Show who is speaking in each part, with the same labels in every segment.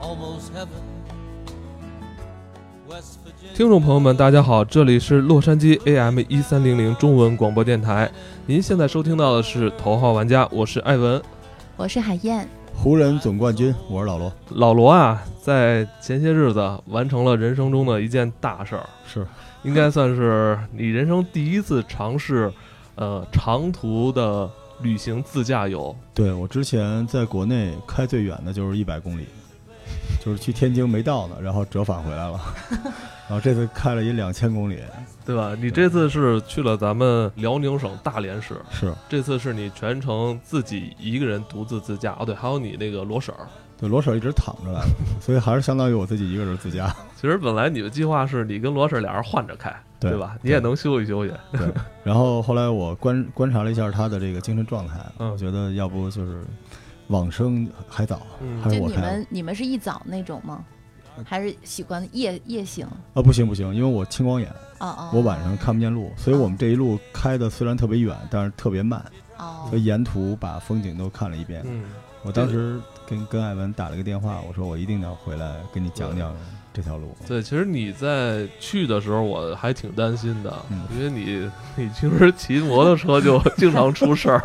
Speaker 1: almost heaven. West Virginia.
Speaker 2: 听众朋友们，大家好，这里是洛杉矶 AM 一三零零中文广播电台。您现在收听到的是《头号玩家》，我是艾文。
Speaker 3: 我是海燕，
Speaker 4: 湖人总冠军，我是老罗。
Speaker 2: 老罗啊，在前些日子完成了人生中的一件大事儿，
Speaker 4: 是
Speaker 2: 应该算是你人生第一次尝试，呃，长途的旅行自驾游。
Speaker 4: 对我之前在国内开最远的就是一百公里，就是去天津没到呢，然后折返回 来了。然后这次开了一两千公里，
Speaker 2: 对吧？你这次是去了咱们辽宁省大连市，
Speaker 4: 是
Speaker 2: 这次是你全程自己一个人独自自驾哦，对，还有你那个罗婶儿。
Speaker 4: 对罗婶一直躺着来的， 所以还是相当于我自己一个人自驾。
Speaker 2: 其实本来你的计划是你跟罗婶俩人换着开，
Speaker 4: 对
Speaker 2: 吧？你也能休息休息。
Speaker 4: 对，然后后来我观观察了一下他的这个精神状态，
Speaker 2: 嗯
Speaker 4: 我觉得要不就是往生还早，
Speaker 2: 嗯
Speaker 4: 还
Speaker 3: 就
Speaker 4: 呃
Speaker 3: 是
Speaker 4: 哎我
Speaker 3: 你
Speaker 4: 开吧。
Speaker 3: 们你们是一早那种吗？还是喜欢夜夜行？
Speaker 4: 啊，不行不行，因为我青光眼，
Speaker 3: 哦哦，
Speaker 4: 我晚上看不见路，所以我们这一路开的虽然特别远，但是特别慢，
Speaker 3: 哦
Speaker 4: 所，以沿途把风景都看了一遍。
Speaker 2: 嗯，
Speaker 4: 我当时跟跟艾文打了个电话，我说我一定要回来跟你讲讲这条路。
Speaker 2: 对，其实你在去的时候我还挺担心的，
Speaker 4: 嗯
Speaker 2: 因为你你平时骑摩托车就经常出事 儿，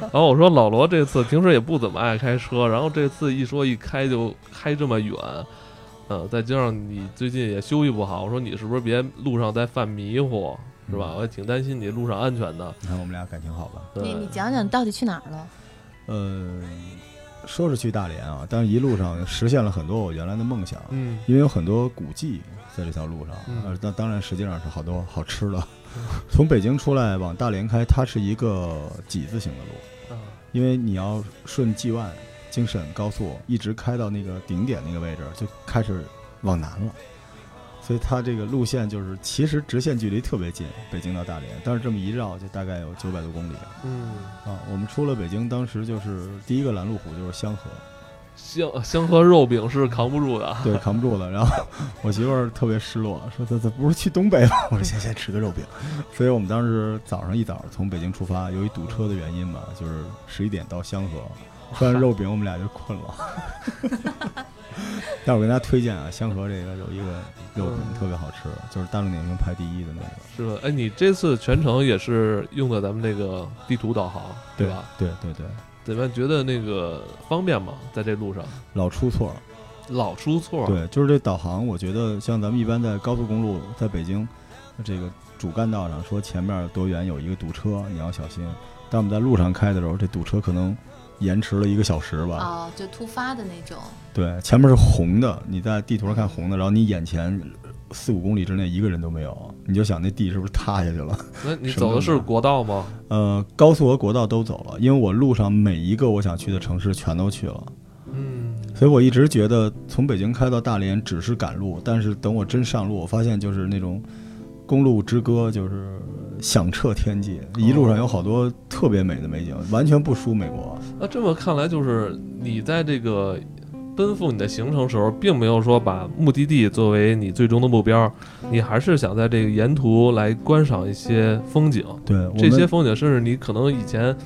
Speaker 2: 然后我说老罗这次平时也不怎么爱开车，然后这次一说一开就开这么远。嗯，再加上你最近也休息不好，我说你是不是别路上再犯迷糊，是吧？
Speaker 4: 嗯
Speaker 2: 我也挺担心你路上安全的。
Speaker 4: 你看我们俩感情好吧？
Speaker 2: 对
Speaker 3: 哦你你讲讲到底去哪儿了？
Speaker 4: 呃，说是去大连啊，但是一路上实现了很多我原来的梦想，
Speaker 2: 嗯，
Speaker 4: 因为有很多古迹在这条路上
Speaker 2: 嗯，
Speaker 4: 呃，但当然实际上是好多好吃的。 从北京出来往大连开，它是一个几字形的路，
Speaker 2: 啊
Speaker 4: 因为你要顺济万、京沈高速一直开到那个顶点那个位置，就开始往南了。所以它这个路线就是，其实直线距离特别近，北京到大连，但是这么一绕就大概有九百多公里
Speaker 2: 嗯。
Speaker 4: 啊。我们出了北京，当时就是第一个拦路虎就是香河，
Speaker 2: 香香河呃肉饼是扛不住的。
Speaker 4: 对，扛不住了。然后我媳妇儿特别失落，说：“咱咱不是去东北吗？”我说：“先先吃个肉饼。” 所以我们当时早上一早从北京出发，由于堵车的原因吧，就是十一点到香河，吃完肉饼我们俩就困了。 但是我跟大家推荐啊，香河这个有一个肉饼特别好吃，就是大众点评排第一的那个。
Speaker 2: 是吧？哎，你这次全程也是用的咱们这个地图导航，对吧？
Speaker 4: 对对对，
Speaker 2: 怎么样？觉得那个方便吗？在这路上
Speaker 4: 老出错。
Speaker 2: 老出错，，
Speaker 4: 对，就是这导航，我觉得像咱们一般在高速公路，在北京这个主干道上说前面多远有一个堵车，你要小心。但我们在路上开的时候，这堵车可能延迟了一个小时吧。
Speaker 3: 哦，就突发的那种。
Speaker 4: 对，前面是红的，你在地图上看红的，然后你眼前四五公里之内一个人都没有，你就想那地是不是塌下去了？
Speaker 2: 那你
Speaker 4: 什么
Speaker 2: 走的是
Speaker 4: 都没有
Speaker 2: 国道吗？
Speaker 4: 呃，高速和国道都走了，因为我路上每一个我想去的城市全都去了。
Speaker 2: 嗯，
Speaker 4: 所以我一直觉得从北京开到大连只是赶路，但是等我真上路，我发现就是那种公路之歌，就是响彻天际。一路上有好多特别美的美景，完全不输美国。
Speaker 2: 那这么看来，就是你在这个奔赴你的行程时候，并没有说把目的地作为你最终的目标，你还是想在这个沿途来观赏一些风景。
Speaker 4: 对，我们
Speaker 2: 这些风景，甚至你可能以前，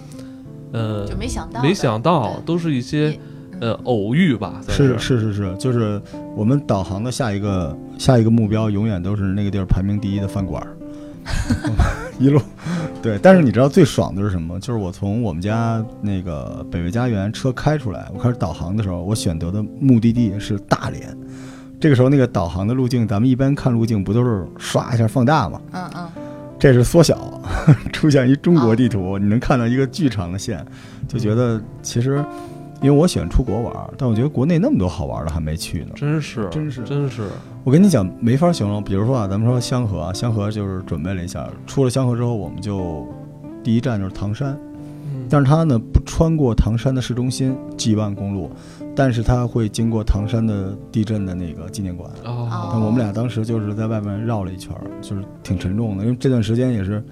Speaker 2: 呃，
Speaker 3: 就没想到的，
Speaker 2: 没想到，
Speaker 3: 对
Speaker 2: 都是一些呃偶遇吧，算
Speaker 4: 是是是是，就是我们导航的下一个下一个目标，永远都是那个地儿排名第一的饭馆儿。一路，对，但是你知道最爽的是什么？就是我从我们家那个北魏家园车开出来，我开始导航的时候，我选择的目的地是大连。这个时候，那个导航的路径，咱们一般看路径不都是刷一下放大吗？
Speaker 3: 嗯嗯，
Speaker 4: 这是缩小， 出现一中国地图，你能看到一个巨长的线，就觉得其实，因为我喜欢出国玩儿，但我觉得国内那么多好玩儿的还没去呢。
Speaker 2: 真是
Speaker 4: 真是
Speaker 2: 真是，
Speaker 4: 我跟你讲，没法形容。比如说啊，咱们说香河啊，香河就是准备了一下，出了香河之后，我们就第一站就是唐山，
Speaker 2: 嗯
Speaker 4: 但是它呢不穿过唐山的市中心 G 万公路，但是它会经过唐山的地震的那个纪念馆。
Speaker 2: 哦
Speaker 3: 哦
Speaker 4: 但我们俩当时就是在外面绕了一圈儿，就是挺沉重的，因为这段时间也是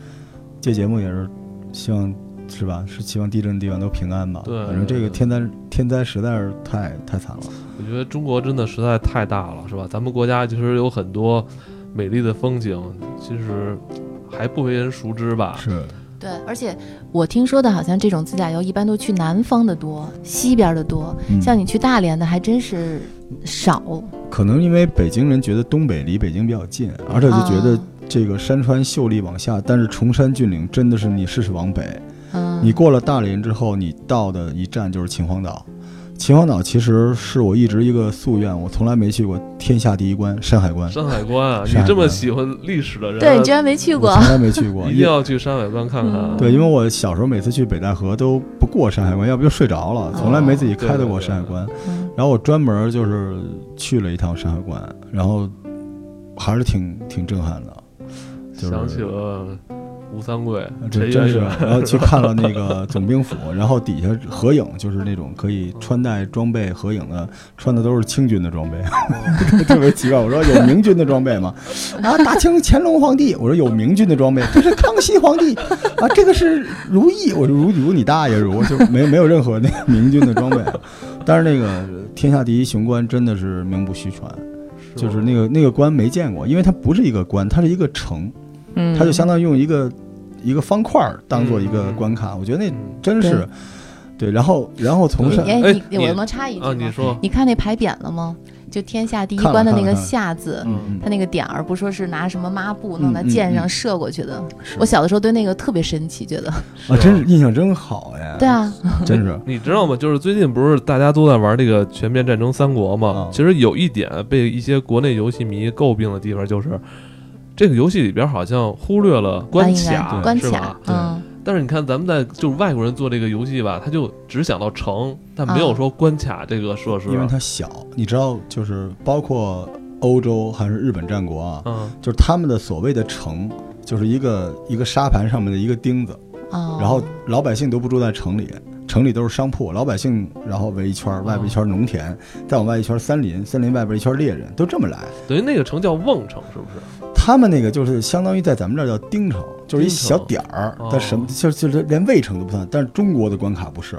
Speaker 4: 这节目也是希望是吧？是希望地震地方都平安吧。
Speaker 2: 对
Speaker 4: 反正这
Speaker 2: 对
Speaker 4: 个
Speaker 2: 对
Speaker 4: 天灾天灾实在是太太惨了。
Speaker 2: 我觉得中国真的实在太大了，是吧？咱们国家其实有很多美丽的风景，其实还不为人熟知吧？
Speaker 4: 是，
Speaker 3: 对。而且我听说的，好像这种自驾游一般都去南方的多，西边的多。
Speaker 4: 嗯
Speaker 3: 像你去大连的，还真是少，
Speaker 4: 可能因为北京人觉得东北离北京比较近，而且就觉
Speaker 3: 啊
Speaker 4: 得这个山川秀丽往下，但是崇山峻岭真的是你试试往北，
Speaker 3: 啊
Speaker 4: 你过了大连之后，你到的一站就是秦皇岛。秦皇岛其实是我一直一个夙愿，我从来没去过天下第一关山海关，
Speaker 2: 山海关啊，你
Speaker 4: 山海
Speaker 2: 这么
Speaker 4: 关
Speaker 2: 喜欢历史的人，
Speaker 3: 对，居然没去
Speaker 4: 我
Speaker 3: 过，
Speaker 4: 从来没去 过。
Speaker 2: 一定要去山海关看看啊。
Speaker 3: 嗯
Speaker 4: 对，因为我小时候每次去北戴河都不过山海关，要不就睡着了，从来没自己开到过山海关。
Speaker 3: 嗯
Speaker 4: 然后我专门就是去了一趟山海关，然后还是挺挺震撼的，就是
Speaker 2: 想起了吴三桂，
Speaker 4: 这
Speaker 2: 呃陈
Speaker 4: 啊真
Speaker 2: 圆
Speaker 4: 是。
Speaker 2: 圆，
Speaker 4: 然后去看了那个总兵府，然后底下合影，就是那种可以穿戴装备合影的，穿的都是清军的装备， 特别奇怪。我说有明军的装备吗？啊，大清乾隆皇帝，我说有明军的装备，这是康熙皇帝啊，这个是如意，我说如如你大爷如，就没没有任何那个明军的装备。啊但是那个天下第一雄关真的是名不虚传，就是那个那个关没见过，因为它不是一个关，它是一个城。
Speaker 3: 嗯，
Speaker 4: 它就相当于用一个一个方块儿当做一个关卡，我觉得那
Speaker 2: 嗯
Speaker 4: 真是对。然后，然后从
Speaker 3: 你
Speaker 4: 上
Speaker 2: 哎
Speaker 3: 哎你
Speaker 2: 你
Speaker 3: 我能插一句
Speaker 2: 啊，你
Speaker 3: 吗？
Speaker 2: 说，
Speaker 3: 你看那牌匾了吗？就天下第一
Speaker 4: 看了
Speaker 3: 关的
Speaker 4: 看
Speaker 3: 那
Speaker 4: 了
Speaker 3: 个
Speaker 4: 看了
Speaker 3: 下字，
Speaker 4: 嗯
Speaker 3: 它那个点儿不说是拿什么抹布弄
Speaker 4: 嗯
Speaker 3: 到
Speaker 4: 嗯
Speaker 3: 箭上
Speaker 4: 嗯
Speaker 3: 射过去的。
Speaker 4: 是
Speaker 3: 我小的时候对那个特别神奇， 觉得
Speaker 4: 啊，真是印象真好呀！
Speaker 3: 对，啊，
Speaker 4: 真是
Speaker 2: 你知道吗？就是最近不是大家都在玩这个《全面战争三国》吗
Speaker 4: 嗯？
Speaker 2: 其实有一点被一些国内游戏迷诟病的地方，就是这个游戏里边好像忽略了关
Speaker 3: 应该
Speaker 2: 卡，
Speaker 3: 哎关
Speaker 2: 是
Speaker 3: 卡
Speaker 2: 吧？，
Speaker 4: 对
Speaker 3: 嗯，
Speaker 2: 但是你看咱们在就是外国人做这个游戏吧，他就只想到城，但没有
Speaker 3: 啊
Speaker 2: 说关卡这个设施。
Speaker 4: 因为它小，你知道，就是包括欧洲还是日本战国啊，
Speaker 2: 嗯，
Speaker 4: 就是他们的所谓的城。就是一个一个沙盘上面的一个钉子，
Speaker 3: 哦，
Speaker 4: 然后老百姓都不住在城里，城里都是商铺，老百姓然后围一圈儿，外边一圈儿农田，再往外一圈儿森林，森林外边一圈儿猎人，都这么来。
Speaker 2: 等于那个城叫瓮城，是不是？
Speaker 4: 他们那个就是相当于在咱们这儿叫丁城，就是一小点儿
Speaker 2: 丁城，哦
Speaker 4: 它什么就就是连卫城都不算。但是中国的关卡不是，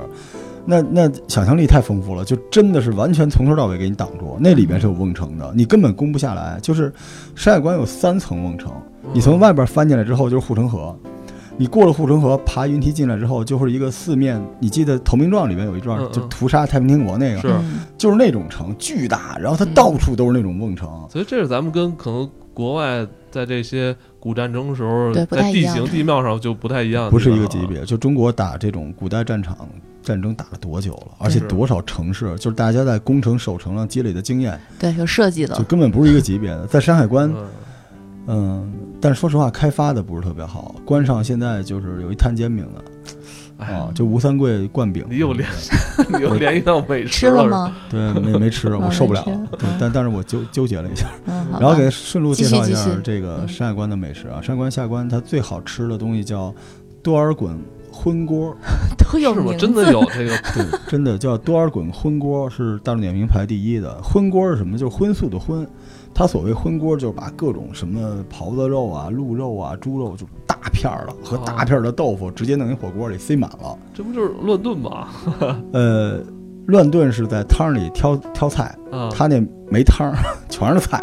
Speaker 4: 那那想象力太丰富了，就真的是完全从头到尾给你挡住。那里边是有瓮城
Speaker 2: 嗯
Speaker 4: 的，你根本攻不下来。就是山海关有三层瓮城，
Speaker 2: 嗯
Speaker 4: 你从外边翻进来之后就是护城河，你过了护城河爬云梯进来之后就是一个四面，你记得《投名状》里面有一段
Speaker 2: 嗯嗯
Speaker 4: 就屠杀太平天国那个，
Speaker 2: 是嗯
Speaker 3: 嗯
Speaker 4: 就是那种城巨大，然后它到处都是那种瓮城。
Speaker 2: 所以这是咱们跟可能国外在这些古战争时候，
Speaker 3: 对不太
Speaker 2: 在地
Speaker 3: 一样
Speaker 2: 形地貌上就不太一样，
Speaker 4: 不是一个级。别。就中国打这种古代战场战争打了多久了，而且
Speaker 2: 是
Speaker 4: 多少城市，就是大家在攻城守城上积累的经验，
Speaker 3: 对有设计的
Speaker 4: 就，根本不是一个级别的。在山海关，
Speaker 2: 嗯，
Speaker 4: 嗯，但是说实话，开发的不是特别好。关上现在就是有一摊煎饼的
Speaker 2: 哎呀
Speaker 4: 啊，就吴三桂灌饼，嗯
Speaker 2: 你又联， 你又联系到美食
Speaker 3: 吃了？吗？
Speaker 4: 对没 没吃，我受不了
Speaker 3: 没吃。
Speaker 4: 对，但但是我纠纠结了一下，
Speaker 3: 嗯，啊好吧
Speaker 4: 然后给顺路介绍一
Speaker 3: 继续继
Speaker 4: 下
Speaker 3: 续
Speaker 4: 这个
Speaker 3: 嗯
Speaker 4: 山海关的美食啊。山海关下关它最好吃的东西叫多尔衮荤锅。
Speaker 3: 都有
Speaker 2: 是吗
Speaker 3: 名？
Speaker 2: 真
Speaker 3: 字
Speaker 2: 的有这个
Speaker 4: 对，真的叫多尔衮荤锅是大众点评排第一的。荤锅是什么？就是荤素的荤。它所谓荤锅，就是把各种什么狍子肉啊、鹿肉啊、猪肉，就大片儿的和大片儿的豆腐直接弄一火锅里塞满了。
Speaker 2: 这不就是乱炖吗？
Speaker 4: 呃，乱炖是在汤里挑挑菜，
Speaker 2: 啊，
Speaker 4: 它那没汤儿，全是菜，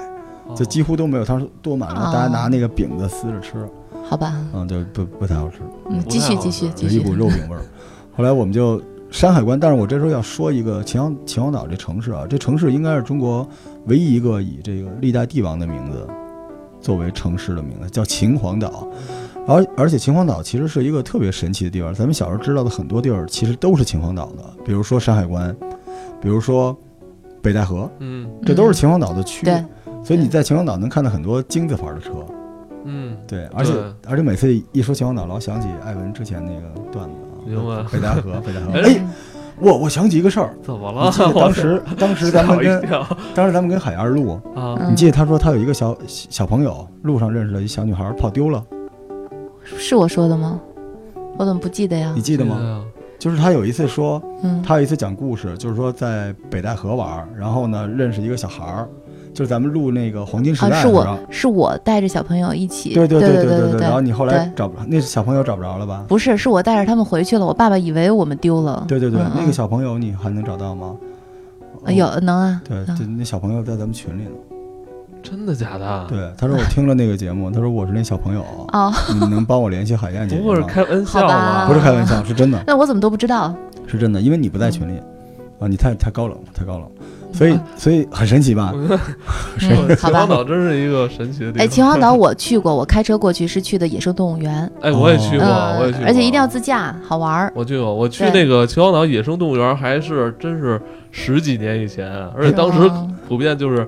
Speaker 2: 哦
Speaker 4: 就几乎都没有汤，多满了。大家
Speaker 3: 哦
Speaker 4: 拿那个饼子撕着吃，
Speaker 3: 好吧，
Speaker 4: 嗯，就不不太好吃。
Speaker 3: 嗯，继续继续继
Speaker 4: 有一
Speaker 3: 续
Speaker 4: 股，肉饼味儿。后来我们就山海关，但是我这时候要说一个秦皇秦皇岛这城市啊，这城市应该是中国唯一一个以这个历代帝王的名字作为城市的名字，叫秦皇岛。而而且秦皇岛其实是一个特别神奇的地方，咱们小时候知道的很多地儿其实都是秦皇岛的，比如说山海关，比如说北戴河，
Speaker 2: 嗯
Speaker 4: 这都是
Speaker 3: 嗯
Speaker 4: 秦皇岛的区。
Speaker 3: 对，
Speaker 4: 所以你
Speaker 3: 对
Speaker 4: 在秦皇岛能看到很多金字牌的车。
Speaker 2: 嗯，
Speaker 4: 对，而且
Speaker 2: 对
Speaker 4: 而且每次一说秦皇岛，老想起艾文之前那个段子啊，
Speaker 2: 明白
Speaker 4: 北戴河，北戴河。
Speaker 2: 哎
Speaker 4: 哎，我我想起一个事儿，
Speaker 2: 怎么了
Speaker 4: 你记得？当时当
Speaker 2: 我
Speaker 4: 时咱们
Speaker 2: 吓我一
Speaker 4: 跟
Speaker 2: 跳
Speaker 4: 当时咱们跟海燕录，
Speaker 2: 啊，
Speaker 3: 嗯
Speaker 4: 你记得他说他有一个小小朋友，路上认识了一小女孩，跑丢了，
Speaker 3: 嗯是我说的吗？我怎么不记得呀
Speaker 4: 你？记得
Speaker 2: 对
Speaker 4: 吗？
Speaker 2: 啊？
Speaker 4: 就是他有一次说，
Speaker 3: 嗯，
Speaker 4: 他有一次讲故事，就是说在北戴河玩儿，然后呢认识一个小孩儿，就是咱们录那个黄金时
Speaker 3: 啊，
Speaker 4: 代
Speaker 3: 是
Speaker 4: 的时候
Speaker 3: 我。是我带着小朋友一起，
Speaker 4: 对
Speaker 3: 对
Speaker 4: 对
Speaker 3: 对
Speaker 4: 对然后你后来
Speaker 3: 对
Speaker 4: 找不着，那小朋友找不着了吧？
Speaker 3: 不是，是我带着他们回去了，我爸爸以为我们丢了，
Speaker 4: 对对对
Speaker 3: 嗯，
Speaker 4: 那个小朋友你还能找到吗？
Speaker 3: 嗯有能啊，
Speaker 4: 对，
Speaker 3: 嗯
Speaker 4: 就那小朋友在咱们群里呢。
Speaker 2: 真的假
Speaker 3: 啊
Speaker 2: 的？
Speaker 4: 对，他说我听了那个节目，他说我是那小朋友，
Speaker 3: 哦，
Speaker 4: 你能帮我联系海燕姐姐
Speaker 2: 不
Speaker 4: 吗？
Speaker 2: 会是开玩笑啊吧？
Speaker 3: 好吧
Speaker 4: 不是开玩笑，是真的，
Speaker 3: 那我怎么都不知道？嗯
Speaker 4: 是真的，因为你不在群里啊，你太太高冷了，太高冷了。所以所以很神奇吧？
Speaker 3: 嗯，好
Speaker 2: 秦皇
Speaker 3: 吧。
Speaker 2: 岛真是一个神奇的地
Speaker 3: 哎，
Speaker 2: 方。
Speaker 3: 秦皇岛我去过，我开车过去是去的野生动物园，
Speaker 2: 哎，我也去过，
Speaker 3: 嗯
Speaker 2: 我也去，过，
Speaker 3: 而且一定要自驾，好玩儿。
Speaker 2: 我去过，我去
Speaker 3: 对
Speaker 2: 那个秦皇岛野生动物园，还是真是十几年以前，而且当时
Speaker 3: 是吗
Speaker 2: 普遍就是，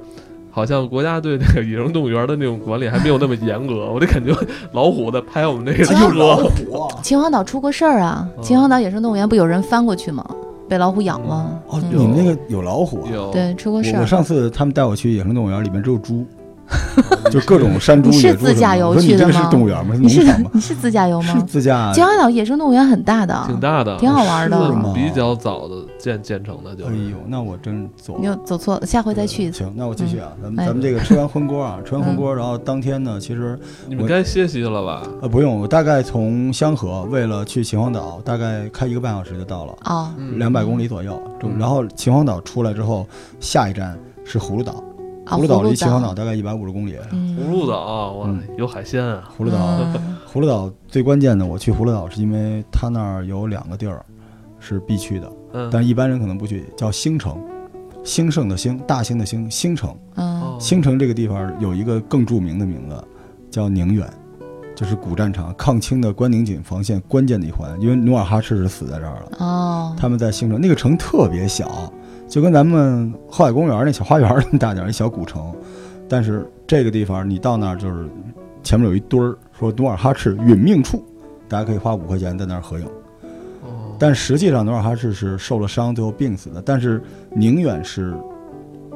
Speaker 2: 好像国家对那个野生动物园的那种管理还没有那么严格，我就感觉老虎在拍我们那个
Speaker 3: 哎呦
Speaker 2: 车，
Speaker 4: 虎啊
Speaker 3: 秦皇岛出过事儿啊！
Speaker 2: 嗯
Speaker 3: 秦皇岛野生动物园不有人翻过去吗？被老虎咬了。
Speaker 4: 哦，
Speaker 3: 嗯
Speaker 4: 你们那个有老虎啊？
Speaker 2: 有
Speaker 3: 对，出过事
Speaker 4: 我我
Speaker 3: 儿。
Speaker 4: 上次他们带我去野生动物园，里面只 有猪，就各种山猪、
Speaker 3: 你是
Speaker 4: 野猪
Speaker 3: 自驾
Speaker 4: 什么
Speaker 3: 游
Speaker 4: 我说
Speaker 3: 去
Speaker 4: 你这
Speaker 3: 的
Speaker 4: 个
Speaker 3: 吗
Speaker 4: 是动物园吗？是
Speaker 3: 你是
Speaker 4: 农场吗？
Speaker 3: 你是自驾游
Speaker 4: 是
Speaker 3: 吗？
Speaker 4: 自驾。
Speaker 3: 秦皇岛野生动物园很大的，
Speaker 2: 挺大的，
Speaker 3: 挺好玩的
Speaker 2: 是
Speaker 4: 吗
Speaker 2: 比较早的建建成的，就
Speaker 4: 哎
Speaker 2: 是
Speaker 4: 呦，那我真走
Speaker 3: 你。又走错了，下回再去一次。
Speaker 4: 呃行，那我继续啊，咱们
Speaker 3: 哎
Speaker 4: 咱们这个吃完荤锅啊，吃完荤锅，然后当天呢，其实
Speaker 2: 你们该歇息了吧？
Speaker 4: 呃不用，我大概从香河为了去秦皇岛，大概开一个半小时就到了，
Speaker 3: 哦，
Speaker 2: 嗯
Speaker 4: 两百公里左右。就
Speaker 2: 嗯
Speaker 4: 然后秦皇岛出来之后，下一站是葫芦岛，
Speaker 3: 啊，
Speaker 4: 葫芦
Speaker 3: 岛
Speaker 4: 岛离秦皇岛，大概一百五十公里。
Speaker 3: 嗯，
Speaker 2: 葫芦岛啊，哇
Speaker 4: 嗯，
Speaker 2: 有海鲜啊，
Speaker 4: 葫芦岛
Speaker 3: 嗯
Speaker 4: 葫芦岛最关键的，我去葫芦岛是因为它那儿有两个地儿是必去的，
Speaker 2: 嗯，
Speaker 4: 但一般人可能不去，叫兴城，兴盛的兴，大兴的兴，兴城。
Speaker 3: 嗯，
Speaker 2: 哦
Speaker 4: 兴城这个地方有一个更著名的名字，叫宁远，这是古战场抗清的关宁井防线关键的一环，因为努尔哈赤是死在这儿了。
Speaker 3: 哦，
Speaker 4: 他们在兴城那个城特别小，就跟咱们后海公园那小花园那么大点儿一小古城，但是这个地方你到那儿就是前面有一堆儿，说努尔哈赤殒命处，大家可以花五块钱在那儿合影。
Speaker 2: 哦
Speaker 4: 但实际上努尔哈赤是受了伤，最后病死的。但是宁远是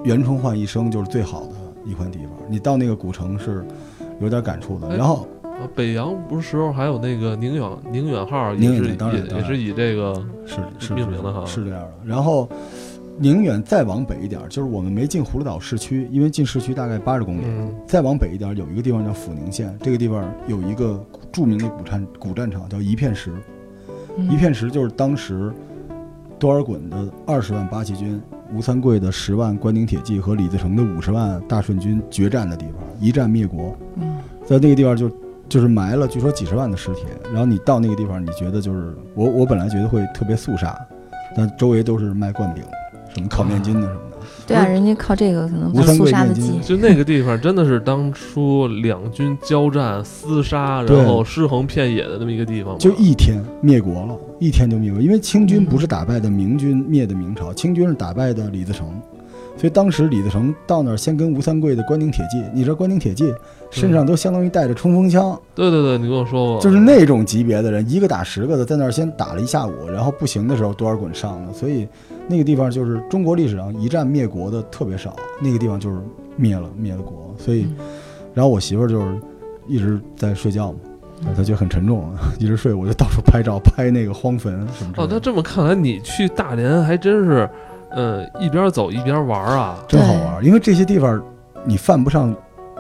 Speaker 4: 袁崇焕一生就是最好的一块地方，你到那个古城是有点感触的。
Speaker 2: 哎
Speaker 4: 然后
Speaker 2: 啊北洋不是时候还有那个宁远宁远号，也
Speaker 4: 宁远
Speaker 2: 是
Speaker 4: 当然
Speaker 2: 也
Speaker 4: 当
Speaker 2: 也
Speaker 4: 然嗯
Speaker 2: 是以这个
Speaker 4: 是是
Speaker 2: 命名的啊哈
Speaker 4: 是是这样的。然后宁远再往北一点，就是我们没进葫芦岛市区，因为进市区大概八十公里。
Speaker 2: 嗯
Speaker 4: 再往北一点有一个地方叫阜宁县，这个地方有一个古著名的古战古战场叫一片石，
Speaker 3: 嗯
Speaker 4: 一片石就是当时多尔衮的二十万八旗军、吴三桂的十万关宁铁骑和李自成的五十万大顺军决战的地方，一战灭国。
Speaker 3: 嗯，
Speaker 4: 在那个地方就就是埋了据说几十万的尸体，然后你到那个地方，你觉得就是我我本来觉得会特别肃杀，但周围都是卖灌饼、什么烤面筋的什么的。
Speaker 3: 对啊，人家靠这个可能
Speaker 4: 吴
Speaker 3: 就
Speaker 4: 三
Speaker 3: 肃
Speaker 4: 桂
Speaker 3: 杀
Speaker 4: 面
Speaker 3: 的鸡，
Speaker 4: 筋
Speaker 2: 就那个地方真的是当初两军交战、厮杀，然后尸横遍野的那么一个地方吗，
Speaker 4: 就一天灭国了，一天就灭国。因为清军不是打败的明军，灭的明朝，清军是打败的李自成，所以当时李自成到那儿先跟吴三桂的关宁铁骑，你知道关宁铁骑身上都相当于带着冲锋枪，
Speaker 2: 对对对，你跟我说过，
Speaker 4: 就是那种级别的人，一个打十个的，在那儿先打了一下午，然后不行的时候多尔衮上了，所以那个地方就是中国历史上一战灭国的特别少，那个地方就是灭了灭了国，所以
Speaker 3: 嗯，
Speaker 4: 然后我媳妇儿就是一直在睡觉嘛。
Speaker 2: 嗯
Speaker 4: 她觉得很沉重，啊 一直睡，我就到处拍照，拍那个荒坟什么之
Speaker 2: 哦，那
Speaker 4: 类的，
Speaker 2: 这么看来，你去大连还真是，嗯，一边走一边玩啊，
Speaker 4: 真好玩儿。因为这些地方你犯不上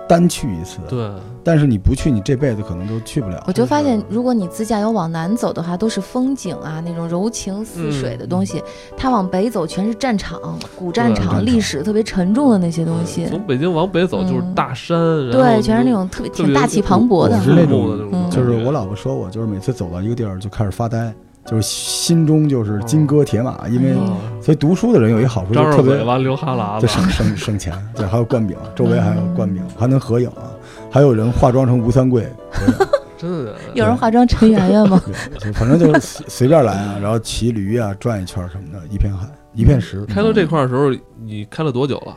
Speaker 4: 单去一次，
Speaker 2: 对，
Speaker 4: 但是你不去，你这辈子可能都去不了
Speaker 3: 我。就发现
Speaker 2: 是，
Speaker 3: 如果你自驾游往南走的话，都是风景啊，那种柔情似水的东西；它往北走，全是战场、古战
Speaker 2: 对
Speaker 4: 战场
Speaker 3: 场、历史特别沉重的那些东西。
Speaker 2: 从北京往北走就是
Speaker 3: 嗯
Speaker 2: 大山，啊然后
Speaker 3: 对，全是那种特别
Speaker 2: 特
Speaker 3: 挺
Speaker 2: 别
Speaker 3: 大气磅礴的
Speaker 4: 我
Speaker 3: 哈。
Speaker 4: 是那种
Speaker 2: 的那种
Speaker 3: 嗯
Speaker 2: 感觉，
Speaker 4: 就是我老婆说我，就是每次走到一个地儿就开始发呆，就是心中就是金戈铁马，因为
Speaker 3: 嗯
Speaker 2: 哦
Speaker 4: 所以读书的人有一好处就
Speaker 2: 张着
Speaker 4: 特别
Speaker 2: 嘴巴流哈喇
Speaker 4: 就
Speaker 2: 子，
Speaker 4: 省省省钱，对，还有灌饼，周围还有灌饼，还能合影啊，还有人化妆成吴三桂合影。
Speaker 2: 真的
Speaker 3: 有人化妆成圆圆吗？
Speaker 4: 对，就反正就是随随便来啊，然后骑驴啊，转一圈什么的，一片海，一片石。
Speaker 2: 嗯开到这块儿的时候，你开了多久了？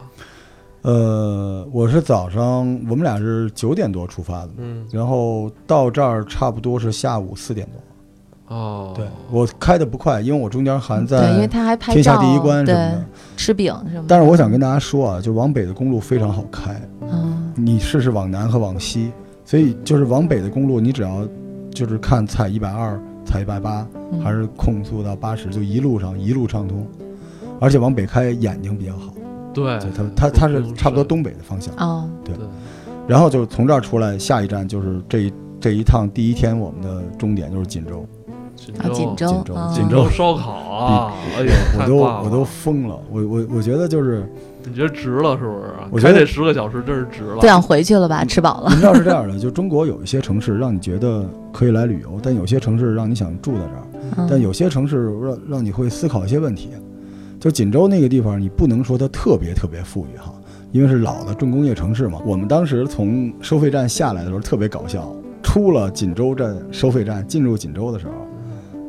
Speaker 4: 呃，我是早上，我们俩是九点多出发的，
Speaker 2: 嗯，
Speaker 4: 然后到这儿差不多是下午四点多。
Speaker 2: 哦，
Speaker 4: 对我开的不快，因为我中间 还
Speaker 3: 嗯对，因为
Speaker 4: 在
Speaker 3: 他还拍
Speaker 4: 天下
Speaker 3: 照，
Speaker 4: 第一关什
Speaker 3: 对
Speaker 4: 么的，。
Speaker 3: 吃饼什么的。
Speaker 4: 但是我想跟大家说啊，就往北的公路非常好开，
Speaker 3: 嗯，
Speaker 4: 你试试往南和往西，所以就是往北的公路，你只要就是看踩一百二、踩一百八，
Speaker 3: 嗯
Speaker 4: 还是控速到八十，就一路上一路畅通，而且往北开眼睛比较好，
Speaker 2: 对
Speaker 4: 就，它它它是差不多东北的方向。
Speaker 3: 哦，
Speaker 2: 对，
Speaker 4: 然后就从这儿出来，下一站就是这一这一 趟第一天我们的终点就是锦州，
Speaker 2: 锦
Speaker 3: 啊，锦
Speaker 4: 锦
Speaker 3: 州
Speaker 4: 州，
Speaker 3: 嗯
Speaker 4: 锦
Speaker 2: 锦州烧烤啊，哎呦，
Speaker 4: 我
Speaker 2: 太
Speaker 4: 都
Speaker 2: 棒了
Speaker 4: 我都疯了，我我我觉得就是
Speaker 2: 你觉得值了是不是？
Speaker 4: 我觉
Speaker 2: 开
Speaker 4: 得
Speaker 2: 这十个小时真是值了
Speaker 3: 不。想回去了吧？吃饱了
Speaker 4: 你。知道是这样的，就中国有一些城市让你觉得可以来旅游，但有些城市让你想住在这儿。
Speaker 3: 嗯
Speaker 4: 但有些城市让让你会思考一些问题，就锦州那个地方，你不能说它特别特别富裕哈，因为是老的重工业城市嘛。我们当时从收费站下来的时候特别搞笑，出了锦州站收费站，进入锦州的时候，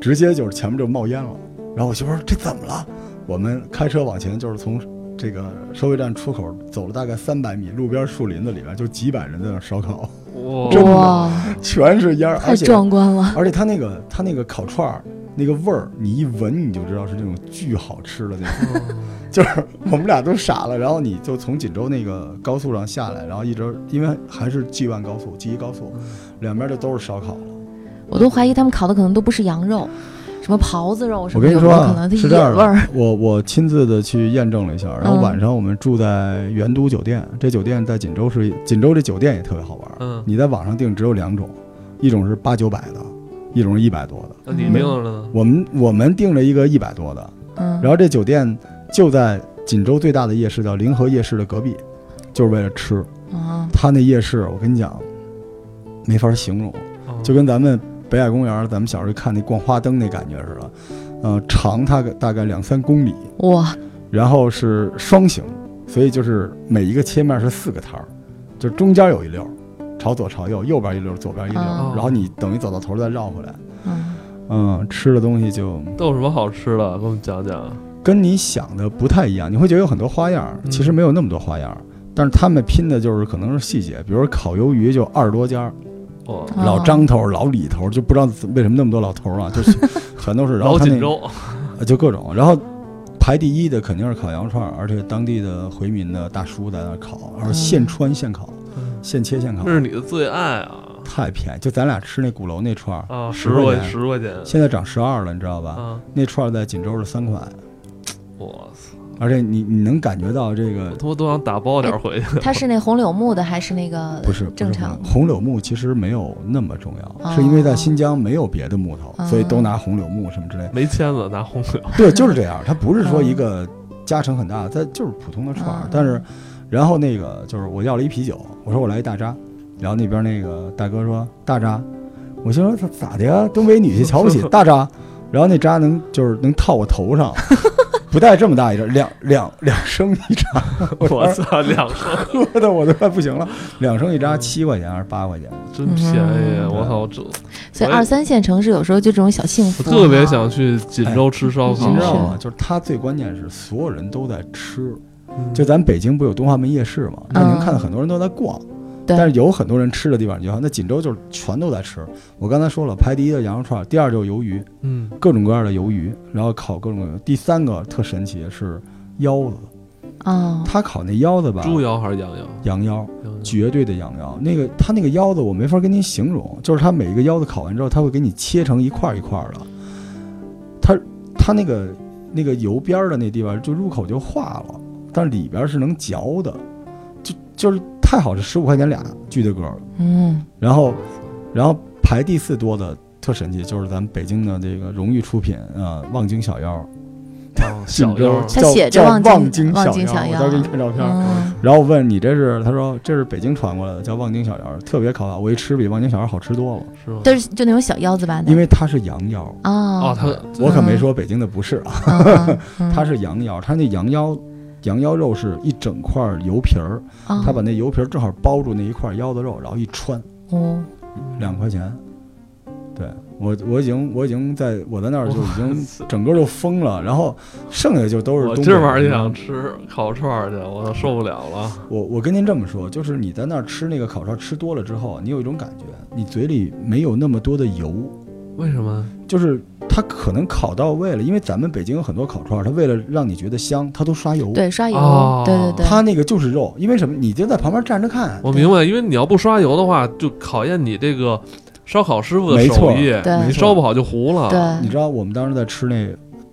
Speaker 4: 直接就是前面就冒烟了。然后我媳妇儿说这怎么了？我们开车往前，就是从这个收费站出口走了大概三百米，路边树林子里边就几百人在那儿烧烤，
Speaker 2: 哇
Speaker 4: 这么
Speaker 3: 哇，
Speaker 4: 全是烟儿，
Speaker 3: 太
Speaker 4: 而且
Speaker 3: 壮观了！
Speaker 4: 而且它那个它那个烤串儿那个味儿，你一闻你就知道是那种巨好吃的那种。
Speaker 2: 嗯
Speaker 4: 就是我们俩都傻了，然后你就从锦州那个高速上下来，然后一直因为还是 G 1高速、G 一高速，两边就都是烧烤了。
Speaker 3: 我都怀疑他们烤的可能都不是羊肉，什么狍子肉什
Speaker 4: 我
Speaker 3: 么的，
Speaker 4: 跟你
Speaker 3: 有没
Speaker 4: 说
Speaker 3: 有可
Speaker 4: 啊
Speaker 3: 能，它
Speaker 4: 是这样
Speaker 3: 野味儿。
Speaker 4: 的，我我亲自的去验证了一下，然后
Speaker 3: 嗯
Speaker 4: 晚上我们住在元都酒店，这酒店在锦州是锦州这酒店也特别好玩儿，
Speaker 2: 嗯，
Speaker 4: 你在网上订只有两种，一种是八九百的，一种是一百多的。
Speaker 2: 那你定了呢？
Speaker 4: 我们我们订了一个一百多的，
Speaker 3: 嗯，
Speaker 4: 然后这酒店就在锦州最大的夜市叫临河夜市的隔壁，就是为了吃。
Speaker 3: 啊，
Speaker 4: 他那夜市，我跟你讲，没法形容，
Speaker 2: 哦
Speaker 4: 就跟咱们北海公园，咱们小时候看那逛花灯那感觉似的。呃，长它个大概两三公里，
Speaker 3: 哇，
Speaker 4: 然后是双行，所以就是每一个切面是四个摊儿，就中间有一溜儿，朝左朝右，右边一溜儿，左边一溜儿，
Speaker 3: 哦
Speaker 4: 然后你等于走到头儿再绕回来。
Speaker 3: 嗯，
Speaker 4: 嗯，吃的东西就
Speaker 2: 都有什么好吃的？给我们讲讲。
Speaker 4: 跟你想的不太一样，你会觉得有很多花样儿，
Speaker 2: 嗯
Speaker 4: 其实没有那么多花样儿。但是他们拼的就是可能是细节，比如说烤鱿鱼就二十多家儿，
Speaker 2: 哦，
Speaker 3: 哦
Speaker 4: 老张头儿、老李头儿，就不知道怎为什么那么多老 头儿啊，就是全都是。然后
Speaker 2: 老
Speaker 4: 他
Speaker 2: 锦
Speaker 4: 那
Speaker 2: 州，
Speaker 4: 呃就各种，然后排第一的肯定是烤羊串儿，而且当地的回民的大叔在那儿烤，然后现穿现烤，
Speaker 2: 嗯
Speaker 4: 现切现烤
Speaker 2: 这，是你的最爱啊！
Speaker 4: 太便宜。就咱俩吃那鼓楼那串儿，
Speaker 2: 啊，
Speaker 4: 十
Speaker 2: 十
Speaker 4: 块
Speaker 2: 块
Speaker 4: 钱
Speaker 2: 十块钱
Speaker 4: 现在涨十二了，你知道吧？
Speaker 2: 啊！
Speaker 4: 那串儿在锦州是三块，
Speaker 2: 我操，
Speaker 4: 而且你你能感觉到这个
Speaker 2: 我他妈都想打包点儿回去。
Speaker 3: 它是那红柳木的还是那个？
Speaker 4: 不是不是
Speaker 3: 正
Speaker 4: 不是
Speaker 3: 常
Speaker 4: 红柳木其实没有那么重要，是因为在新疆没有别的木头，
Speaker 3: 哦
Speaker 4: 所以都拿红柳木什么之类的。
Speaker 2: 没签子拿红柳，
Speaker 4: 对，就是这样，它不是说
Speaker 3: 哦
Speaker 4: 一个加成很大的，它就是普通的串儿
Speaker 3: 嗯。
Speaker 4: 但是，然后那个就是我要了一啤酒，我说我来一大扎，然后那边那个大哥说大扎，我心说咋的呀？东北女婿瞧不起大扎，然后那扎能就是能套我头上，不带这么大一扎，两两两升一扎，
Speaker 2: 我操，两个
Speaker 4: 喝的我都快不行了，两升一扎
Speaker 2: 嗯
Speaker 4: 七块钱还是八块钱？
Speaker 2: 真便宜！啊
Speaker 3: 嗯
Speaker 2: 我操，这
Speaker 3: 所以
Speaker 2: 我也
Speaker 3: 二三线城市有时候就这种小幸
Speaker 2: 我
Speaker 3: 福，
Speaker 2: 特别想去锦州吃烧
Speaker 3: 哦
Speaker 4: 你知
Speaker 3: 真
Speaker 4: 道
Speaker 3: 是
Speaker 2: 烤。
Speaker 4: 吗？就是它最关键是所有人都在吃，
Speaker 2: 嗯
Speaker 4: 啊就咱北京不有东华门夜市嘛，那你能看到很多人都在逛，
Speaker 3: 对
Speaker 4: 但是有很多人吃的地方，你就看那锦州就是全都在吃。我刚才说了，排第一的羊肉串，第二就是鱿鱼，
Speaker 2: 嗯，
Speaker 4: 各种各样的鱿鱼，然后烤各种各样的。第三个特神奇的是腰子，
Speaker 3: 啊，
Speaker 4: 他烤那腰子吧，
Speaker 2: 猪腰还是羊腰？
Speaker 4: 羊腰，
Speaker 2: 羊腰
Speaker 4: 绝对的羊腰。那个他那个腰子我没法跟您形容，就是他每一个腰子烤完之后，他会给你切成一块儿一块儿的，他他那个那个油边儿的那地方就入口就化了，但是里边儿是能嚼的，就就是太好吃，十五块钱俩巨的个儿。
Speaker 3: 嗯，
Speaker 4: 然后然后排第四多的特神奇，就是咱们北京的这个荣誉出品啊，望京小腰，
Speaker 2: 哦 小
Speaker 4: 锦州
Speaker 2: 腰，
Speaker 3: 它
Speaker 4: 叫
Speaker 3: 写着
Speaker 4: 叫
Speaker 3: 望京
Speaker 4: 望京
Speaker 3: 望京
Speaker 4: 小
Speaker 3: 小腰
Speaker 4: 腰，我到时候给你看照片儿。
Speaker 3: 嗯
Speaker 4: 然后我问你这是，他说这是北京传过来的，叫望京小腰，特别烤法。我一吃比望京小腰好吃多了，
Speaker 2: 是吗？
Speaker 3: 就是就那种小腰子吧的，
Speaker 4: 因为它是羊腰。
Speaker 3: 啊嗯
Speaker 2: 哦，，他
Speaker 4: 我可没说北京的不是啊，它
Speaker 3: 它
Speaker 4: 是羊腰，它那羊腰，羊腰肉是一整块油皮儿，
Speaker 3: 嗯啊
Speaker 4: 它把那油皮儿正好包住那一块腰子肉，然后一穿
Speaker 3: 哦，
Speaker 4: 两块钱。对我我已经我已经在我在那儿就已
Speaker 2: 我
Speaker 4: 经整个就疯了，然后剩下就都是
Speaker 2: 我
Speaker 4: 东
Speaker 2: 今
Speaker 4: 北
Speaker 2: 儿晚上就
Speaker 4: 人
Speaker 2: 想吃烤串儿去，我都受不了了。
Speaker 4: 我我跟您这么说，就是你在那儿吃那个烤串吃多了之后，啊你有一种感觉，你嘴里没有那么多的油，
Speaker 2: 为什么？
Speaker 4: 就是它可能烤到位了，因为咱们北京有很多烤串，它为了让你觉得香，它都刷油。，
Speaker 3: 对，刷油，
Speaker 2: 哦
Speaker 3: 对对对，
Speaker 4: 它那个就是肉，因为什么？你就在旁边站着看。
Speaker 2: 我明白，因为你要不刷油的话，就考验你这个烧烤师傅的
Speaker 4: 没
Speaker 2: 手
Speaker 4: 错
Speaker 2: 艺，
Speaker 3: 对
Speaker 2: 你烧不好就糊了。
Speaker 3: 对
Speaker 4: 你知道我们当时在吃那，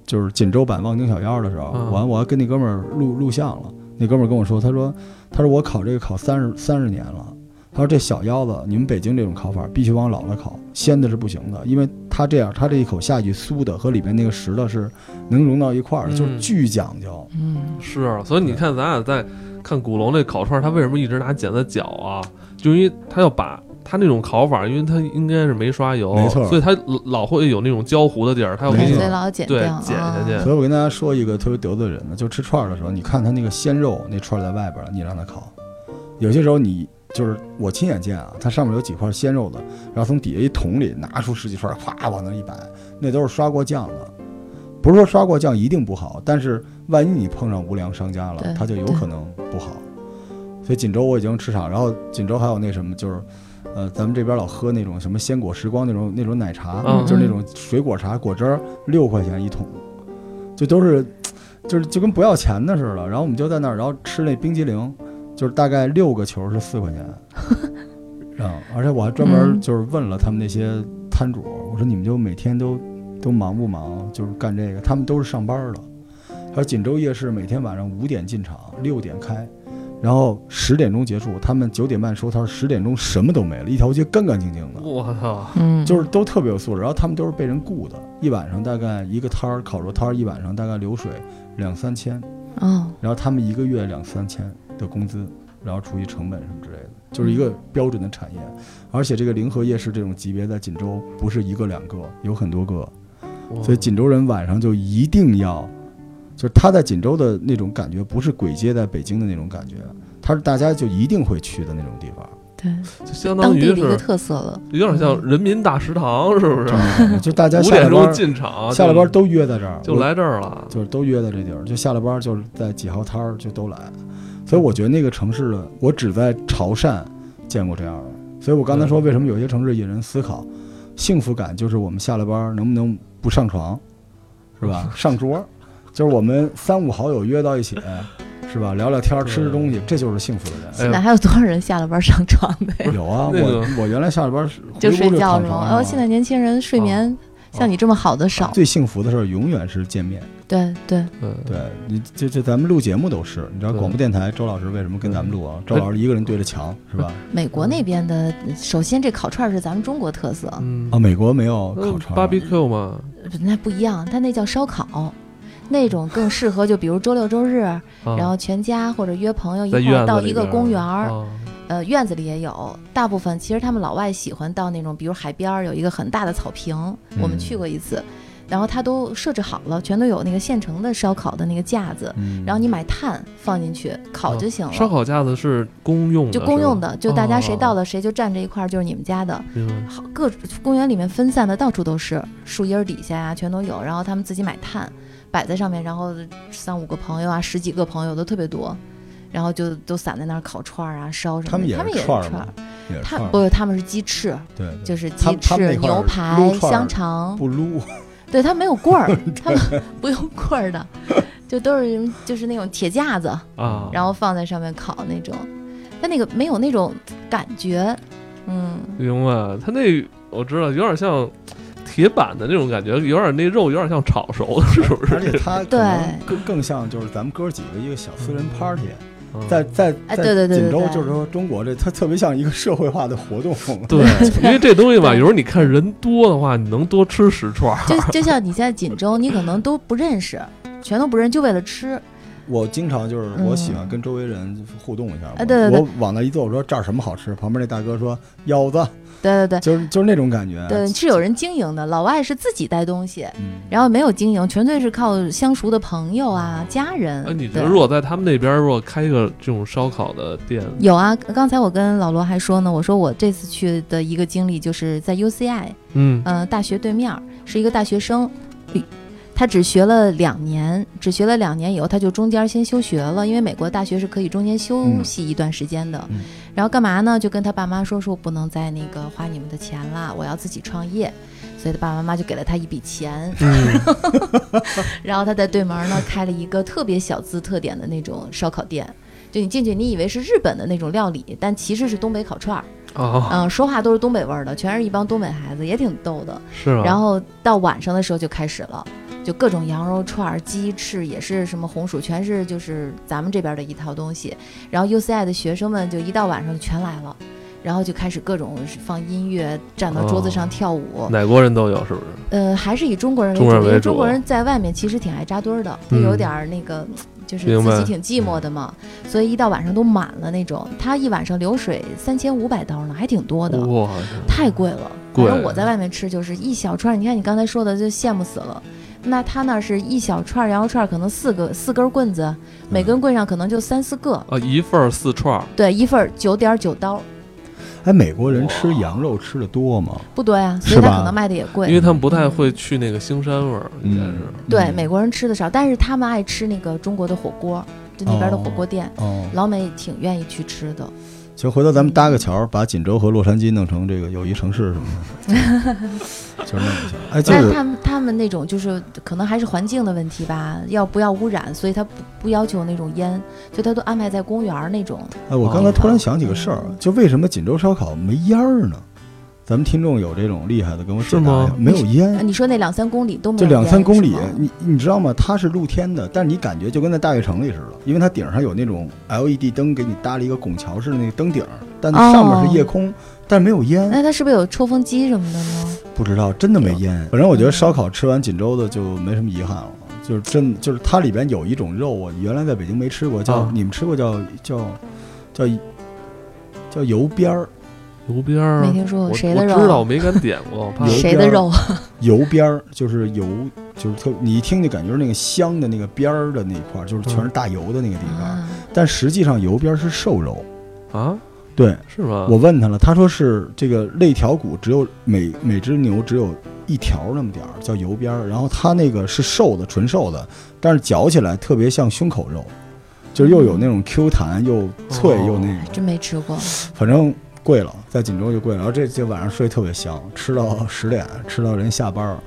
Speaker 4: 就是锦州版望京小腰的时候，
Speaker 2: 嗯
Speaker 4: 完、我还跟那哥们儿录录像了。那哥们儿跟我说，他说他说我烤这个烤三十三十年了。他说这小腰子，你们北京这种烤法必须往老了烤，鲜的是不行的，因为它这样，它这一口下去酥的和里面那个实的是能融到一块儿的，
Speaker 2: 嗯
Speaker 4: 就是巨讲究。
Speaker 3: 嗯，
Speaker 2: 是，所以你啊看，咱俩在看古龙那烤串儿，他为什么一直拿剪子绞啊？就因为他要把它那种烤法，因为它应该是没刷油，
Speaker 4: 没错
Speaker 2: 所以它老会有那种焦糊的地儿，它要
Speaker 4: 没
Speaker 2: 给
Speaker 4: 错
Speaker 2: 你
Speaker 3: 所以老要剪
Speaker 2: 对
Speaker 3: 掉，
Speaker 2: 剪下
Speaker 3: 啊
Speaker 2: 去
Speaker 4: 所以我跟大家说一个特别得罪人的，就吃串儿的时候，你看他那个鲜肉那串儿在外边儿，你让他烤，有些时候你就是我亲眼见啊，它上面有几块鲜肉的，然后从底下一桶里拿出十几串儿，啪往那儿一摆，那都是刷过酱的。不是说刷过酱一定不好，但是万一你碰上无良商家了
Speaker 3: 对，
Speaker 4: 它就有
Speaker 3: 对
Speaker 4: 可能不好。所以锦州我已经吃傻，然后锦州还有那什么就是。呃，咱们这边老喝那种什么鲜果时光那种那种奶茶，
Speaker 2: 嗯
Speaker 4: 就是那种水果茶果汁儿，六块钱一桶，就都是，就是就跟不要钱的似的。然后我们就在那儿，然后吃那冰激凌，就是大概六个球是四 块钱，嗯，而且我还专门
Speaker 3: 嗯
Speaker 4: 就是问了他们那些摊主，我说你们就每天都都忙不忙？就是干这个，他们都是上班儿的。还有锦州夜市每天晚上五点进场，六点开，然后十点钟结束，他们九点半收摊，十点钟什么都没了，一条街干干净净的。
Speaker 2: 我操，
Speaker 3: 嗯，
Speaker 4: 就是都特别有素质，然后他们都是被人雇的，一晚上大概一个摊儿烤肉摊儿一晚上大概流水两三千，
Speaker 3: 哦，
Speaker 4: 然后他们一个月两三千的工资，然后除以成本什么之类的，就是一个标准的产业。而且这个临河夜市这种级别在锦州不是一个两个，有很多个，
Speaker 2: 哇
Speaker 4: 所以锦州人晚上就一定要，就是他在锦州的那种感觉，不是鬼街在北京的那种感觉，他是大家就一定会去的那种地方。
Speaker 3: 对，
Speaker 2: 就相
Speaker 3: 当
Speaker 2: 当
Speaker 3: 地
Speaker 2: 于
Speaker 3: 的一个嗯
Speaker 2: 是
Speaker 3: 特色了。
Speaker 2: 有点像人民大食堂，是不是？
Speaker 4: 就大家
Speaker 2: 五
Speaker 4: 下
Speaker 2: 点
Speaker 4: 了
Speaker 2: 钟
Speaker 4: 班，
Speaker 2: 进场，
Speaker 4: 下了
Speaker 2: 就
Speaker 4: 班都约在这儿，
Speaker 2: 就来这儿了。
Speaker 4: 就是都约在这地儿，就下了班儿就是在几号摊儿就都来，所以我觉得那个城市的，我只在潮汕见过这样的，所以我刚才说
Speaker 2: 嗯
Speaker 4: 为什么有些城市引人思考，幸福感就是我们下了班儿能不能不上床，是吧？上桌儿，就是我们三五好友约到一起，是吧？聊聊天儿，
Speaker 2: 对
Speaker 4: 吃吃东西，这就是幸福的
Speaker 2: 哎
Speaker 3: 那还有多少人下了班上床的呀？
Speaker 4: 人。有啊，
Speaker 2: 那个
Speaker 4: 我我原来下了班儿
Speaker 3: 就睡觉
Speaker 4: 是
Speaker 3: 是吗？哦，现在年轻人睡
Speaker 2: 啊
Speaker 3: 眠像你这么好的少。
Speaker 4: 啊最幸福的事儿永远是见面。
Speaker 3: 对对，
Speaker 2: 嗯，
Speaker 4: 对你就就咱们录节目都是，你知道
Speaker 2: 对
Speaker 4: 广播电台周老师为什么跟咱们录啊？周老师一个人对着哎墙是吧？
Speaker 3: 美国那边的，首先这烤串儿是咱们中国特色，
Speaker 2: 嗯
Speaker 4: 啊，美国没有
Speaker 2: 那
Speaker 4: 烤肠，
Speaker 2: barbecue 嘛，
Speaker 3: 那不一样，它那叫烧烤。那种更适合，就比如周六周日，
Speaker 2: 啊
Speaker 3: 然后全家或者约朋友一
Speaker 2: 在
Speaker 3: 块
Speaker 2: 院
Speaker 3: 儿
Speaker 2: 子
Speaker 3: 到
Speaker 2: 里
Speaker 3: 一个
Speaker 2: 边
Speaker 3: 公园儿，
Speaker 2: 啊
Speaker 3: 呃，院子里也有。大部分其实他们老外喜欢到那种，比如海边儿有一个很大的草坪，我们
Speaker 4: 嗯
Speaker 3: 去过一次，然后他都设置好了，全都有那个现成的烧烤的那个架子，
Speaker 4: 嗯，
Speaker 3: 然后你买炭放进去烤就行了。
Speaker 2: 哦烧烤架子是公用的，哦
Speaker 3: 就公用的，就大家谁到
Speaker 2: 的，
Speaker 3: 了谁就站这一块儿，就是你们家的。
Speaker 2: 明白
Speaker 3: 好，各公园里面分散的到处都是，树荫儿底下呀、全都有。然后他们自己买炭摆在上面，然后三五个朋友啊，十几个朋友都特别多，然后就都散在那儿烤串儿啊、烧什么的。
Speaker 4: 他们也
Speaker 3: 他们
Speaker 4: 是
Speaker 3: 也是
Speaker 4: 串儿
Speaker 3: 串儿
Speaker 4: 嘛，，也是
Speaker 3: 他
Speaker 4: 串儿
Speaker 3: 不是他们是鸡翅，
Speaker 4: 对，对
Speaker 3: 就是
Speaker 4: 他
Speaker 3: 鸡
Speaker 4: 他们
Speaker 3: 翅、
Speaker 4: 那块儿
Speaker 3: 牛排
Speaker 4: 撸、串儿
Speaker 3: 香肠，
Speaker 4: 不 撸，
Speaker 3: 对他没有棍儿，他们 不用棍儿的，就都是就是那种铁架子，
Speaker 2: 啊，
Speaker 3: 然后放在上面烤那种，但那个没有那种感觉，嗯，
Speaker 2: 明白，它那我知道，有点像铁板的那种感觉，有点那肉有点像炒熟的，是不
Speaker 4: 而且
Speaker 2: 是？
Speaker 4: 他可
Speaker 3: 对
Speaker 4: 能更更像就是咱们哥几个一个小私人 party，
Speaker 2: 嗯
Speaker 4: 在在
Speaker 3: 哎对
Speaker 4: 在
Speaker 3: 对对
Speaker 4: 锦
Speaker 3: 对
Speaker 4: 州
Speaker 3: 对
Speaker 4: 就是说中国这，它特别像一个社会化的活动，
Speaker 2: 对，因为这东西吧，有
Speaker 3: 对
Speaker 2: 时候你看人多的话，你能多吃十串儿。
Speaker 3: 就 就像你在锦州，你可能都不认识，全都不认识，就为了吃，
Speaker 4: 我经常就是
Speaker 3: 嗯
Speaker 4: 我喜欢跟周围人互动一下，我
Speaker 3: 哎对对对
Speaker 4: 我往那一坐，我说这儿什么好吃，旁边那大哥说腰 子，
Speaker 3: 对对对
Speaker 4: 就是就是那种感
Speaker 2: 嗯
Speaker 4: 觉，
Speaker 3: 对，是有人经营的，老外是自己带东西，
Speaker 4: 嗯，
Speaker 3: 然后没有经营，纯粹是靠相熟的朋友啊、家人。
Speaker 2: 哎，你觉
Speaker 3: 对
Speaker 2: 得如果在他们那边儿，如果开一个这种烧烤的店，
Speaker 3: 有啊，刚才我跟老罗还说呢，我说我这次去的一个经历就是在 UCI，
Speaker 2: 嗯，
Speaker 3: 嗯、大学对面儿是一个大学生，他只学了两年，只学了两年以后，他就中间先休学了，因为美国大学是可以中间休息一段时间的。
Speaker 4: 嗯
Speaker 3: 然后干嘛呢？就跟他爸妈说说不能再那个花你们的钱啦，我要自己创业。所以他爸爸妈妈就给了他一笔钱，
Speaker 4: 嗯
Speaker 3: 然后他在对门儿呢开了一个特别小资特点的那种烧烤店。就你进去，你以为是日本的那种料理，但其实是东北烤串儿，
Speaker 2: 啊，
Speaker 4: 哦
Speaker 3: 嗯、说话都是东北味儿的，全是一帮东北孩子，也挺逗的。
Speaker 2: 是吗？
Speaker 3: 然后到晚上的时候就开始了，就各种羊肉串儿、鸡翅，也是什么红薯，全是就是咱们这边的一套东西。然后 UCI 的学生们就一到晚上就全来了，然后就开始各种放音乐，站到桌子上跳舞。
Speaker 2: 哪国人都有，是不是？
Speaker 3: 呃，还是以中国人为
Speaker 2: 哦中国
Speaker 3: 主，
Speaker 2: 人
Speaker 3: 因
Speaker 2: 为
Speaker 3: 为
Speaker 2: 主
Speaker 3: 中国人在外面其实挺爱扎堆儿的，他
Speaker 2: 嗯
Speaker 3: 有点儿那个。就是
Speaker 2: 明
Speaker 3: 自
Speaker 2: 白
Speaker 3: 己挺寂寞的嘛，所以一到晚上都满了那种。他一晚上流水三千五百刀呢，还挺多的。
Speaker 2: 哇，
Speaker 3: 太贵了。
Speaker 2: 贵
Speaker 3: 反正我在外面吃就是一小串儿，你看你刚才说的就羡慕死了。那他那儿是一小串儿羊肉串，儿，可能四个四根棍
Speaker 4: 嗯
Speaker 3: 子，每根棍上可能就三四个，
Speaker 2: 啊，一份儿四串儿，
Speaker 3: 对，一份儿九点九刀，
Speaker 4: 哎，美国人吃
Speaker 2: 哇
Speaker 4: 羊肉吃的多吗？
Speaker 3: 不多呀，所
Speaker 4: 是
Speaker 3: 以他
Speaker 4: 吧
Speaker 3: 可能卖的也
Speaker 2: 因
Speaker 3: 贵。
Speaker 2: 为他们不
Speaker 3: 嗯
Speaker 2: 太会去那个腥膻味儿，应该
Speaker 4: 嗯
Speaker 2: 是。，
Speaker 3: 对，
Speaker 4: 嗯
Speaker 3: 美国人吃的少，但是他们爱吃那个中国的火锅，就那边的火锅店，
Speaker 4: 哦，
Speaker 3: 老美也挺愿意去吃的。
Speaker 4: 其实回头咱们搭个桥，把锦州和洛杉矶弄成这个友谊城市什么 的，就是弄一下。哎，就
Speaker 3: 但是
Speaker 4: 是
Speaker 3: 他们他们那种就是可能还是环境的问题吧，要不要污染，所以他不不要求那种烟，所以他都安排在公园儿那种。
Speaker 4: 哎，我刚才突然想起个事儿，就为什么锦州烧烤没烟儿呢？咱们听众有这种厉害的，跟我解
Speaker 2: 是
Speaker 4: 答
Speaker 2: 吗
Speaker 4: 一下。没有烟
Speaker 3: 啊，你说那两三公里都没
Speaker 4: 嗯就
Speaker 3: 有
Speaker 4: 两
Speaker 3: 烟
Speaker 4: 三公里
Speaker 3: 是吗，
Speaker 4: 你你知道吗？它是露天的，但是你感觉就跟在大悦城里似的，因为它顶上有那种 LED 灯，给你搭了一个拱桥式的那个灯顶儿，但
Speaker 3: 哦
Speaker 4: 上面是夜空，但是没有烟，
Speaker 3: 那它是不是有抽风机什么的呢？
Speaker 4: 不知道真的没烟。反正我觉得烧烤吃完锦州的就没什么遗憾了，就是真就是它里边有一种肉，我原来在北京没吃过，叫、
Speaker 2: 啊
Speaker 4: 你们吃过叫叫叫叫油边儿
Speaker 2: 油边儿，啊
Speaker 3: 没听说
Speaker 2: 嗯我
Speaker 3: 过谁
Speaker 2: 我
Speaker 3: 的
Speaker 2: 知道，我
Speaker 3: 肉？啊
Speaker 2: 没敢点过，我怕
Speaker 4: 有油
Speaker 3: 谁
Speaker 4: 边
Speaker 3: 的
Speaker 4: 儿
Speaker 3: 肉？
Speaker 4: 油边儿，就是油。就是特，你一听就感觉是那个香的那个边儿的那一块儿，就是全是大油的那个地方。
Speaker 3: 啊，
Speaker 4: 但实际上油边是瘦肉。
Speaker 2: 啊，
Speaker 4: 对
Speaker 2: 是吗？
Speaker 4: 我问他了，他说是这个肋条骨只有每每只牛只有一条那么点儿，叫油边儿。然后它那个是瘦的，纯瘦的，但是嚼起来特别像胸口肉，就是又有那种 Q 弹，又脆
Speaker 2: 哦
Speaker 4: 又那个，
Speaker 3: 真没吃过。
Speaker 4: 反正贵了，在锦州就贵了。然后这这晚上睡特别香，吃到十点，吃到人下班儿。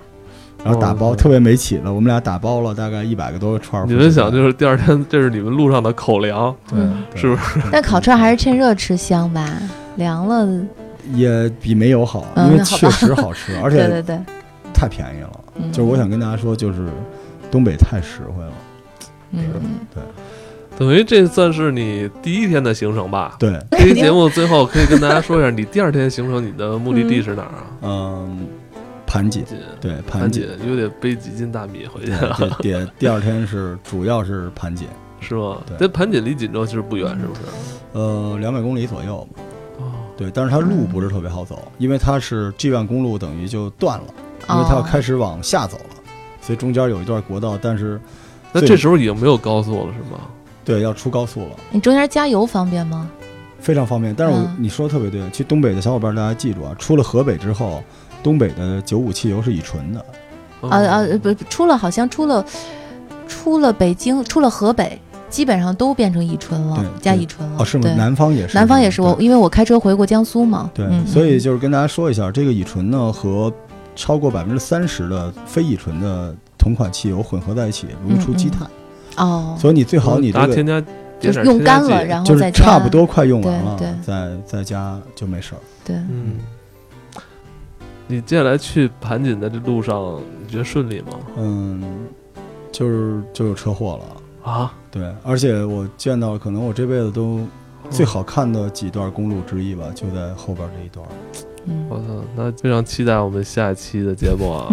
Speaker 4: 然后打包、
Speaker 2: 哦
Speaker 4: 特别没起了，我们俩打包了大概一百个多个串儿。
Speaker 2: 你们想，就是第二天，这是你们路上的口粮，
Speaker 4: 对
Speaker 3: 嗯，
Speaker 4: 对
Speaker 2: 是不
Speaker 3: 但烤串还是趁热吃香吧，凉了。
Speaker 4: 也比没有好，
Speaker 3: 嗯
Speaker 4: 因为
Speaker 3: 那好吧
Speaker 4: 确实好吃，而
Speaker 3: 对
Speaker 4: 且
Speaker 3: 对对，
Speaker 4: 太便宜了。
Speaker 3: 嗯
Speaker 4: 就是我想跟大家说，就是东北太实惠了。
Speaker 3: 嗯，嗯
Speaker 2: 等于这算是你第一天的行程吧？
Speaker 4: 对，
Speaker 2: 这期节目最后可以跟大家说一下，你第二天行程你的目的地是哪儿啊？
Speaker 4: 嗯， 盘锦，
Speaker 2: 锦，
Speaker 4: 对盘
Speaker 2: 盘
Speaker 4: 锦
Speaker 2: 锦，，又得背几斤大米回去
Speaker 4: 对，
Speaker 2: 啊，
Speaker 4: 这第第二天是主要是盘锦，
Speaker 2: 是吗？
Speaker 4: 对
Speaker 2: 但盘锦离锦州其实不远，是不是？
Speaker 4: 呃，两百公里左右吧。
Speaker 2: 哦，
Speaker 4: 对，但是它路不是特别好
Speaker 3: 嗯
Speaker 4: 走，因为它是 G 万公路等于就断了，
Speaker 3: 哦
Speaker 4: 因为它要开始往下走了，所以中间有一段国道，但是
Speaker 2: 那
Speaker 4: 对
Speaker 2: 这时候已经没有高速了，是吗？
Speaker 4: 对要出高速了。
Speaker 3: 你中间加油方便吗？
Speaker 4: 非常方便。但是我、
Speaker 3: 嗯
Speaker 4: 你说的特别对，去东北的小伙伴大家记住啊，出了河北之后，东北的九五汽油是乙醇的，
Speaker 2: 哦
Speaker 3: 啊啊，不，出了好像出了，出了北京，出了河北，基本上都变成乙醇了，
Speaker 4: 对
Speaker 3: 加
Speaker 4: 对
Speaker 3: 乙醇了。
Speaker 4: 哦，是吗？
Speaker 3: 对
Speaker 4: 南方也是，
Speaker 3: 南方也是我，因为我开车回过江苏嘛。
Speaker 4: 对，
Speaker 3: 嗯
Speaker 4: 对，所以就是跟大家说一下，这个乙醇呢和超过百分之三十的非乙醇的同款汽油混合在一起，溶出
Speaker 3: 嗯
Speaker 4: 基碳，
Speaker 3: 哦，
Speaker 4: 所以你最好你
Speaker 2: 大家
Speaker 4: 这个
Speaker 2: 添加，
Speaker 3: 就
Speaker 2: 点
Speaker 3: 是
Speaker 2: 点
Speaker 3: 用干
Speaker 2: 添加
Speaker 3: 了，
Speaker 2: 剂
Speaker 3: 然后
Speaker 4: 就是
Speaker 3: 再加
Speaker 4: 差不。多快用完了
Speaker 3: 对对，
Speaker 4: 再再加就没事儿。
Speaker 3: 对，
Speaker 2: 嗯。你接下来去盘锦的这路上，你觉得顺利吗？
Speaker 4: 嗯，就是就有车祸了。
Speaker 2: 啊，
Speaker 4: 对，而且我见到可能我这辈子都
Speaker 2: 嗯
Speaker 4: 最好看的几段公路之一吧，就在后边这一段。
Speaker 3: 嗯
Speaker 2: 我操，那非常期待我们下一期的节目啊！